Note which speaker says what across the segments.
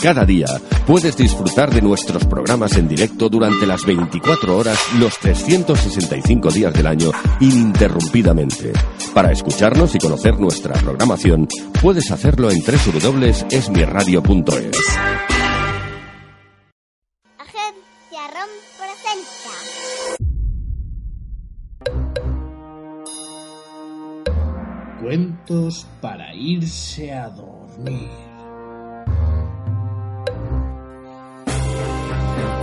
Speaker 1: Cada día puedes disfrutar de nuestros programas en directo durante las 24 horas, los 365 días del año, ininterrumpidamente. Para escucharnos y conocer nuestra programación, puedes hacerlo en www.esmirradio.es.
Speaker 2: Agencia ROM presenta.
Speaker 3: Cuentos para irse a dormir.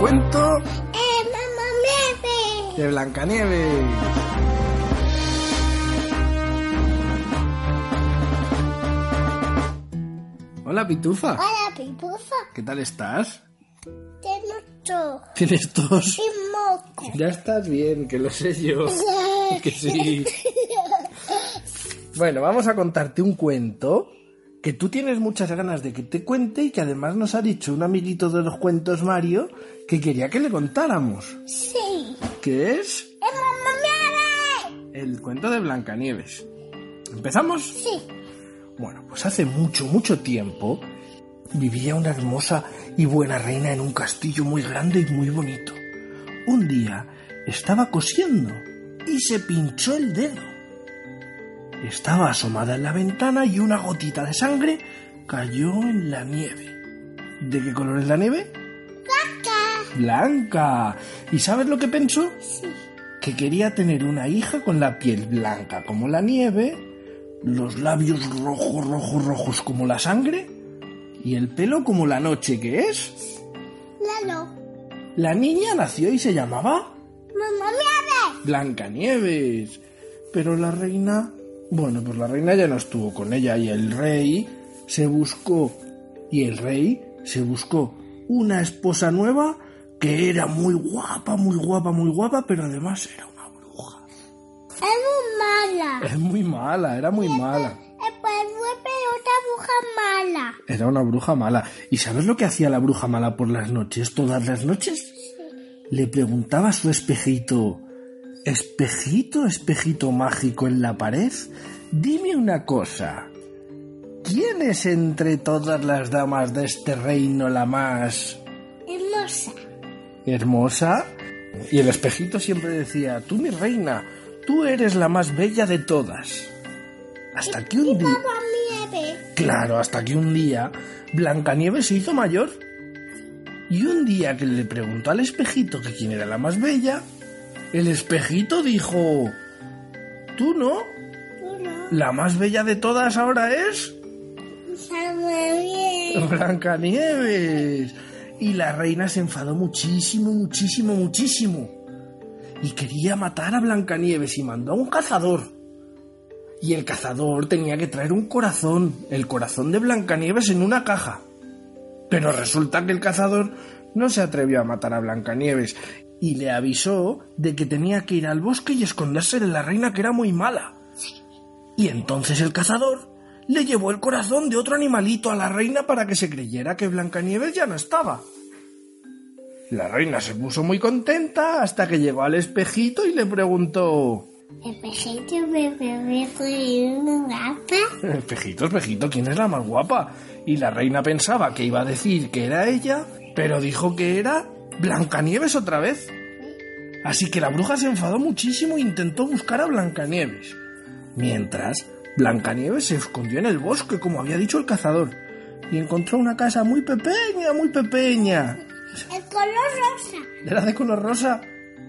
Speaker 4: Cuento
Speaker 2: ¡Eh, mamá, nieve!
Speaker 4: de Blancanieves. Hola, Pitufa.
Speaker 2: Hola, pipufa.
Speaker 4: ¿Qué tal estás?
Speaker 2: Tengo mucho.
Speaker 4: ¿Tienes tos?
Speaker 2: Y moco.
Speaker 4: Ya estás bien, que lo sé yo. Que sí. Bueno, vamos a contarte un cuento que tú tienes muchas ganas de que te cuente y que además nos ha dicho un amiguito de los cuentos Mario que quería que le contáramos.
Speaker 2: Sí.
Speaker 4: Que es
Speaker 2: ¡Eh, mamá, nieve!
Speaker 4: el cuento de Blancanieves. ¿Empezamos?
Speaker 2: Sí.
Speaker 4: Bueno, pues hace mucho, mucho tiempo vivía una hermosa y buena reina en un castillo muy grande y muy bonito. Un día estaba cosiendo y se pinchó el dedo. Estaba asomada en la ventana y una gotita de sangre cayó en la nieve. ¿De qué color es la nieve?
Speaker 2: Caca.
Speaker 4: Blanca. ¿Y sabes lo que pensó? Que quería tener una hija con la piel blanca como la nieve, los labios rojos, rojos, rojos como la sangre y el pelo como la noche que es.
Speaker 2: Lalo.
Speaker 4: La niña nació y se llamaba
Speaker 2: Mamá, nieve.
Speaker 4: Blancanieves. Pero la reina, bueno, pues la reina ya no estuvo con ella y el rey se buscó y el rey se buscó una esposa nueva que era muy guapa, muy guapa, muy guapa, pero además era una bruja.
Speaker 2: Es muy mala.
Speaker 4: Es muy mala, era muy mala.
Speaker 2: Es pues, muy pelota bruja mala.
Speaker 4: Era una bruja mala. ¿Y sabes lo que hacía la bruja mala por las noches, todas las noches? Le preguntaba a su espejito, espejito, espejito mágico en la pared, dime una cosa. ¿Quién es entre todas las damas de este reino la más
Speaker 2: Hermosa.
Speaker 4: hermosa? Y el espejito siempre decía, tú mi reina, tú eres la más bella de todas. Hasta que un día...
Speaker 2: Mamá, nieve.
Speaker 4: Claro, hasta que un día Blancanieves se hizo mayor. Y un día que le preguntó al espejito que quién era la más bella, el espejito dijo, ¿tú no?
Speaker 2: Uno.
Speaker 4: ¿La más bella de todas ahora es
Speaker 2: Mamá, nieve.
Speaker 4: Blancanieves? Y la reina se enfadó muchísimo, muchísimo, muchísimo. Y quería matar a Blancanieves y mandó a un cazador. Y el cazador tenía que traer un corazón, el corazón de Blancanieves en una caja. Pero resulta que el cazador no se atrevió a matar a Blancanieves y le avisó de que tenía que ir al bosque y esconderse de la reina que era muy mala. Y entonces el cazador le llevó el corazón de otro animalito a la reina para que se creyera que Blancanieves ya no estaba. La reina se puso muy contenta hasta que llegó al espejito y le preguntó
Speaker 2: El pejito me permite ir una gata.
Speaker 4: Espejito, espejito, ¿quién es la más guapa? Y la reina pensaba que iba a decir que era ella, pero dijo que era Blancanieves otra vez. Así que la bruja se enfadó muchísimo e intentó buscar a Blancanieves. Mientras, Blancanieves se escondió en el bosque, como había dicho el cazador, y encontró una casa muy pequeña, muy pequeña.
Speaker 2: El color rosa.
Speaker 4: Era de color rosa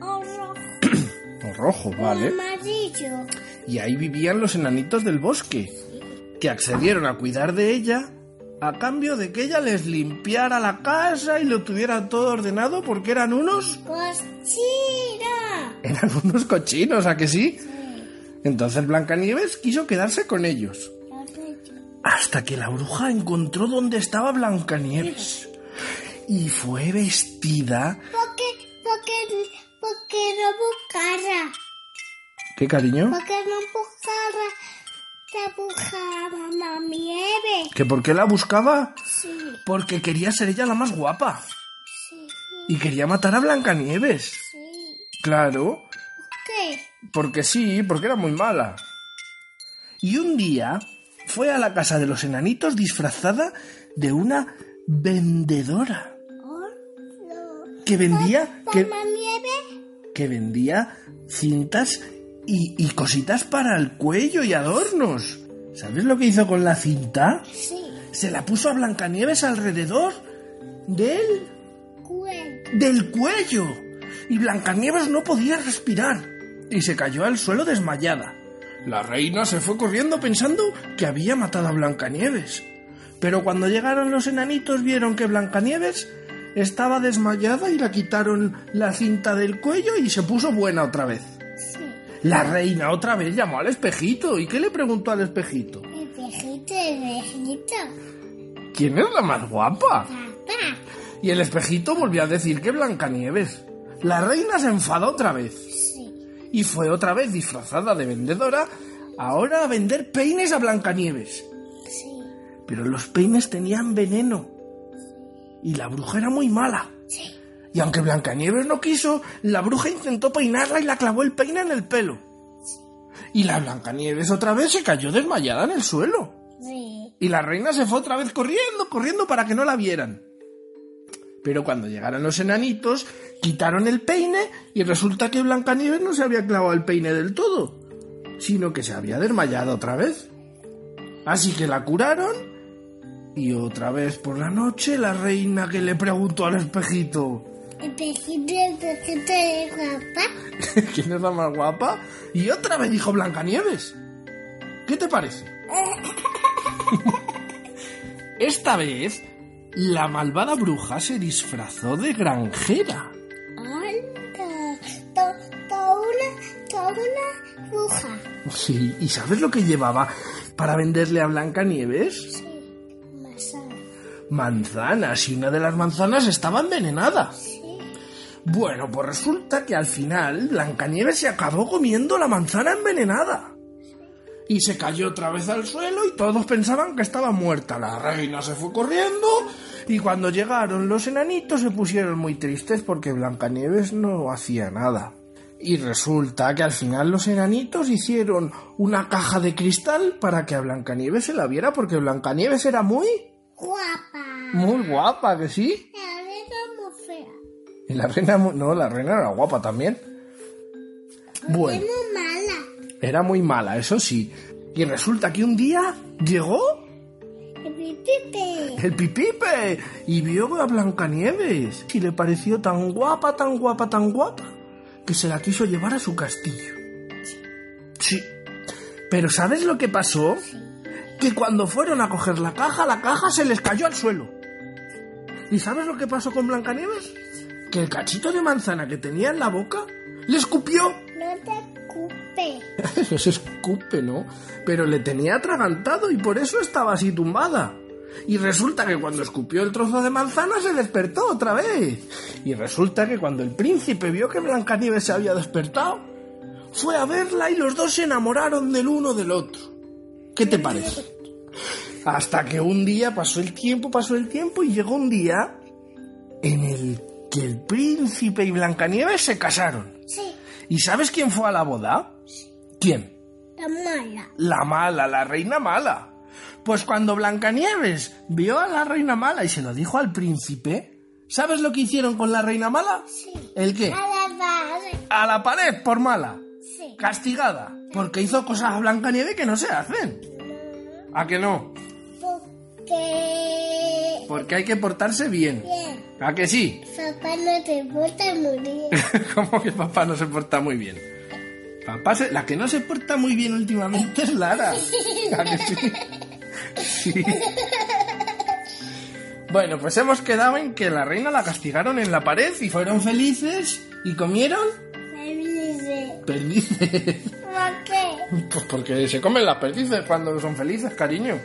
Speaker 2: O rojo.
Speaker 4: o o rojo, ¿vale?
Speaker 2: Amarillo.
Speaker 4: Y ahí vivían los enanitos del bosque, que accedieron a cuidar de ella a cambio de que ella les limpiara la casa y lo tuviera todo ordenado porque eran unos...
Speaker 2: Pues Cochina.
Speaker 4: eran unos cochinos, ¿a que sí? Entonces Blancanieves quiso quedarse con ellos. Hasta que la bruja encontró dónde estaba Blancanieves. Y fue vestida...
Speaker 2: Porque, porque, porque no buscara.
Speaker 4: ¿Qué cariño?
Speaker 2: Porque no buscara. La buscaba mamá nieve.
Speaker 4: ¿Que por qué la buscaba?
Speaker 2: Sí,
Speaker 4: Porque quería ser ella la más guapa.
Speaker 2: sí,
Speaker 4: Y quería matar a Blancanieves.
Speaker 2: sí.
Speaker 4: Claro,
Speaker 2: ¿Qué?
Speaker 4: porque sí, porque era muy mala. Y un día fue a la casa de los enanitos disfrazada de una vendedora
Speaker 2: Oh, no.
Speaker 4: que vendía que,
Speaker 2: Mamá nieve.
Speaker 4: que vendía cintas y, y cositas para el cuello y adornos. ¿Sabes lo que hizo con la cinta?
Speaker 2: Sí,
Speaker 4: Se la puso a Blancanieves alrededor del
Speaker 2: cuello.
Speaker 4: del cuello. Y Blancanieves no podía respirar y se cayó al suelo desmayada. La reina se fue corriendo pensando que había matado a Blancanieves. Pero cuando llegaron los enanitos vieron que Blancanieves estaba desmayada y la quitaron la cinta del cuello y se puso buena otra vez.
Speaker 2: Sí.
Speaker 4: La reina otra vez llamó al espejito. ¿Y qué le preguntó al espejito?
Speaker 2: El viejito, el viejito.
Speaker 4: ¿Quién es la más guapa?
Speaker 2: Papá.
Speaker 4: Y el espejito volvió a decir que Blancanieves. La reina se enfadó otra vez.
Speaker 2: Sí.
Speaker 4: y fue otra vez disfrazada de vendedora, ahora a vender peines a Blancanieves.
Speaker 2: Sí.
Speaker 4: Pero los peines tenían veneno y la bruja era muy mala. Y aunque Blancanieves no quiso, la bruja intentó peinarla y la clavó el peine en el pelo. Y la Blancanieves otra vez se cayó desmayada en el suelo.
Speaker 2: Sí.
Speaker 4: Y la reina se fue otra vez corriendo, corriendo para que no la vieran. Pero cuando llegaron los enanitos, quitaron el peine y resulta que Blancanieves no se había clavado el peine del todo, sino que se había desmayado otra vez. Así que la curaron y otra vez por la noche la reina que le preguntó al espejito
Speaker 2: El viejito, el viejito de papá.
Speaker 4: ¿Quién es la más guapa? Y otra vez dijo Blancanieves. ¿Qué te parece? Esta vez, la malvada bruja se disfrazó de granjera.
Speaker 2: Anda. To, to una, to una bruja.
Speaker 4: Sí, ¿y sabes lo que llevaba para venderle a Blancanieves?
Speaker 2: Sí. Masada.
Speaker 4: Manzanas, y una de las manzanas estaba envenenada.
Speaker 2: Sí.
Speaker 4: Bueno, pues resulta que al final Blancanieves se acabó comiendo la manzana envenenada. Y se cayó otra vez al suelo y todos pensaban que estaba muerta. La reina se fue corriendo y cuando llegaron los enanitos se pusieron muy tristes porque Blancanieves no hacía nada. Y resulta que al final los enanitos hicieron una caja de cristal para que a Blancanieves se la viera porque Blancanieves era muy,
Speaker 2: Guapa.
Speaker 4: muy guapa, que sí.
Speaker 2: La reina muy fea.
Speaker 4: Y la reina, mu- no, la reina era guapa también.
Speaker 2: Muy
Speaker 4: Bueno,
Speaker 2: mala.
Speaker 4: era muy mala, eso sí. Y resulta que un día llegó
Speaker 2: El pipipe.
Speaker 4: el pipipe y vio a Blancanieves. Y le pareció tan guapa, tan guapa, tan guapa, que se la quiso llevar a su castillo. Sí. Pero ¿sabes lo que pasó? Que cuando fueron a coger la caja, la caja se les cayó al suelo. ¿Y sabes lo que pasó con Blancanieves? Que el cachito de manzana que tenía en la boca le escupió.
Speaker 2: No te cupe.
Speaker 4: Eso es escupe, ¿no? Pero le tenía atragantado y por eso estaba así tumbada. Y resulta que cuando escupió el trozo de manzana se despertó otra vez. Y resulta que cuando el príncipe vio que Blancanieves se había despertado, fue a verla y los dos se enamoraron del uno del otro. ¿Qué te parece? Hasta que un día pasó el tiempo, pasó el tiempo y llegó un día en el que el príncipe y Blancanieves se casaron.
Speaker 2: Sí.
Speaker 4: ¿Y sabes quién fue a la boda? ¿Quién?
Speaker 2: La mala.
Speaker 4: La mala, la reina mala. Pues cuando Blancanieves vio a la reina mala y se lo dijo al príncipe, ¿sabes lo que hicieron con la reina mala?
Speaker 2: Sí.
Speaker 4: ¿El qué?
Speaker 2: A la madre.
Speaker 4: A la pared por mala.
Speaker 2: Sí.
Speaker 4: Castigada. Porque hizo cosas a Blancanieves que no se hacen. ¿A que no?
Speaker 2: Porque.
Speaker 4: Porque hay que portarse bien.
Speaker 2: Bien.
Speaker 4: ¿A que sí?
Speaker 2: Papá no te gusta morir.
Speaker 4: Como que papá no se porta muy bien. papá se- la que no se porta muy bien últimamente es Lara. ¿A que sí? Sí. Bueno, pues hemos quedado en que la reina la castigaron en la pared y fueron felices y comieron
Speaker 2: Me dice,
Speaker 4: perdices.
Speaker 2: ¿por qué?
Speaker 4: Pues porque se comen las perdices cuando son felices, cariño.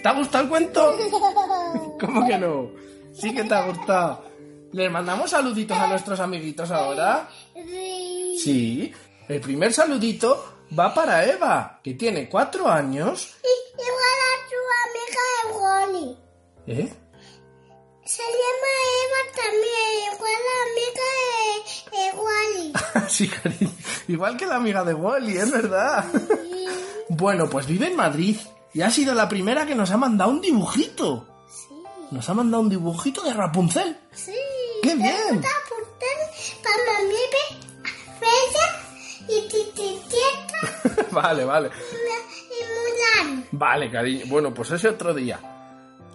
Speaker 4: ¿Te ha gustado el cuento? ¿Cómo que no? Sí que te ha gustado. ¿Les mandamos saluditos a nuestros amiguitos ahora?
Speaker 2: Sí.
Speaker 4: Sí. El primer saludito va para Eva, que tiene cuatro años.
Speaker 2: Y- Igual a tu amiga de Goli.
Speaker 4: ¿Eh?
Speaker 2: Se llama Eva también, igual a amiga
Speaker 4: Sí, cariño. Igual que la amiga de Wally, es verdad.
Speaker 2: de, de Wally. Y-
Speaker 4: Bueno, pues vive en Madrid y ha sido la primera que nos ha mandado un dibujito.
Speaker 2: Sí,
Speaker 4: Nos ha mandado un dibujito de Rapunzel.
Speaker 2: sí.
Speaker 4: ¡Qué
Speaker 2: Te
Speaker 4: bien!
Speaker 2: gusta apuntar para mi be- bella y tititieta
Speaker 4: vale, vale.
Speaker 2: y Mulan.
Speaker 4: Vale, cariño. Bueno, pues ese otro día.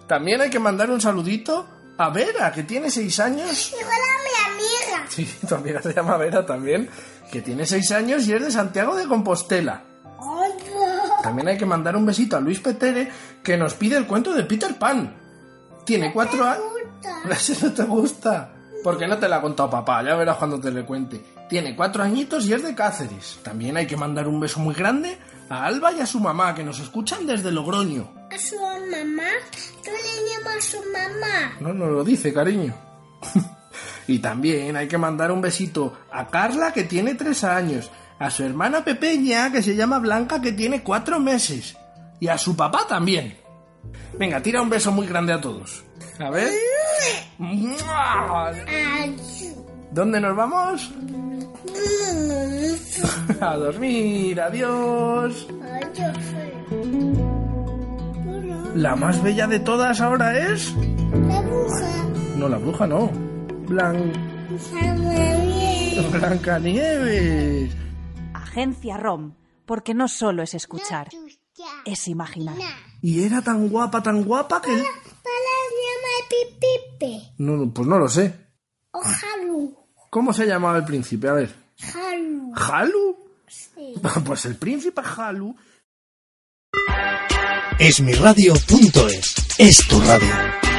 Speaker 4: También hay que mandar un saludito a Vera, que tiene seis años.
Speaker 2: Igual a mi amiga.
Speaker 4: Sí, tu amiga se llama Vera también, que tiene seis años y es de Santiago de Compostela.
Speaker 2: Ay, no.
Speaker 4: También hay que mandar un besito a Luis Petere, que nos pide el cuento de Peter Pan. Tiene cuatro años.
Speaker 2: Puta.
Speaker 4: Ese no te gusta. Porque no te la ha contado papá, ya verás cuando te le cuente. Tiene cuatro añitos y es de Cáceres. También hay que mandar un beso muy grande a Alba y a su mamá, que nos escuchan desde Logroño.
Speaker 2: A su mamá, yo le llamo a su mamá.
Speaker 4: No nos lo dice, cariño. y también hay que mandar un besito a Carla, que tiene tres años, a su hermana Pepeña, que se llama Blanca, que tiene cuatro meses, y a su papá también. Venga, tira un beso muy grande a todos. A ver. ¡Mua!
Speaker 2: Ay,
Speaker 4: ¿Dónde nos vamos?
Speaker 2: mm,
Speaker 4: A dormir, adiós.
Speaker 2: ay, yo soy
Speaker 4: La más bella de todas ahora es...
Speaker 2: la bruja.
Speaker 4: No, la bruja no. Blan...
Speaker 2: Está muy bien.
Speaker 4: Blanca Nieves.
Speaker 5: Agencia ROM, porque no solo es escuchar,
Speaker 2: Tuya.
Speaker 5: es imaginar.
Speaker 4: Y era tan guapa, tan guapa que...
Speaker 2: Para llama Pipipe.
Speaker 4: No, pues no lo sé.
Speaker 2: O Halu.
Speaker 4: ¿Cómo se llamaba el príncipe? A ver.
Speaker 2: Halu.
Speaker 4: ¿Halu?
Speaker 2: Sí.
Speaker 4: Pues el príncipe Halu.
Speaker 6: esmiradio.es. Es tu radio.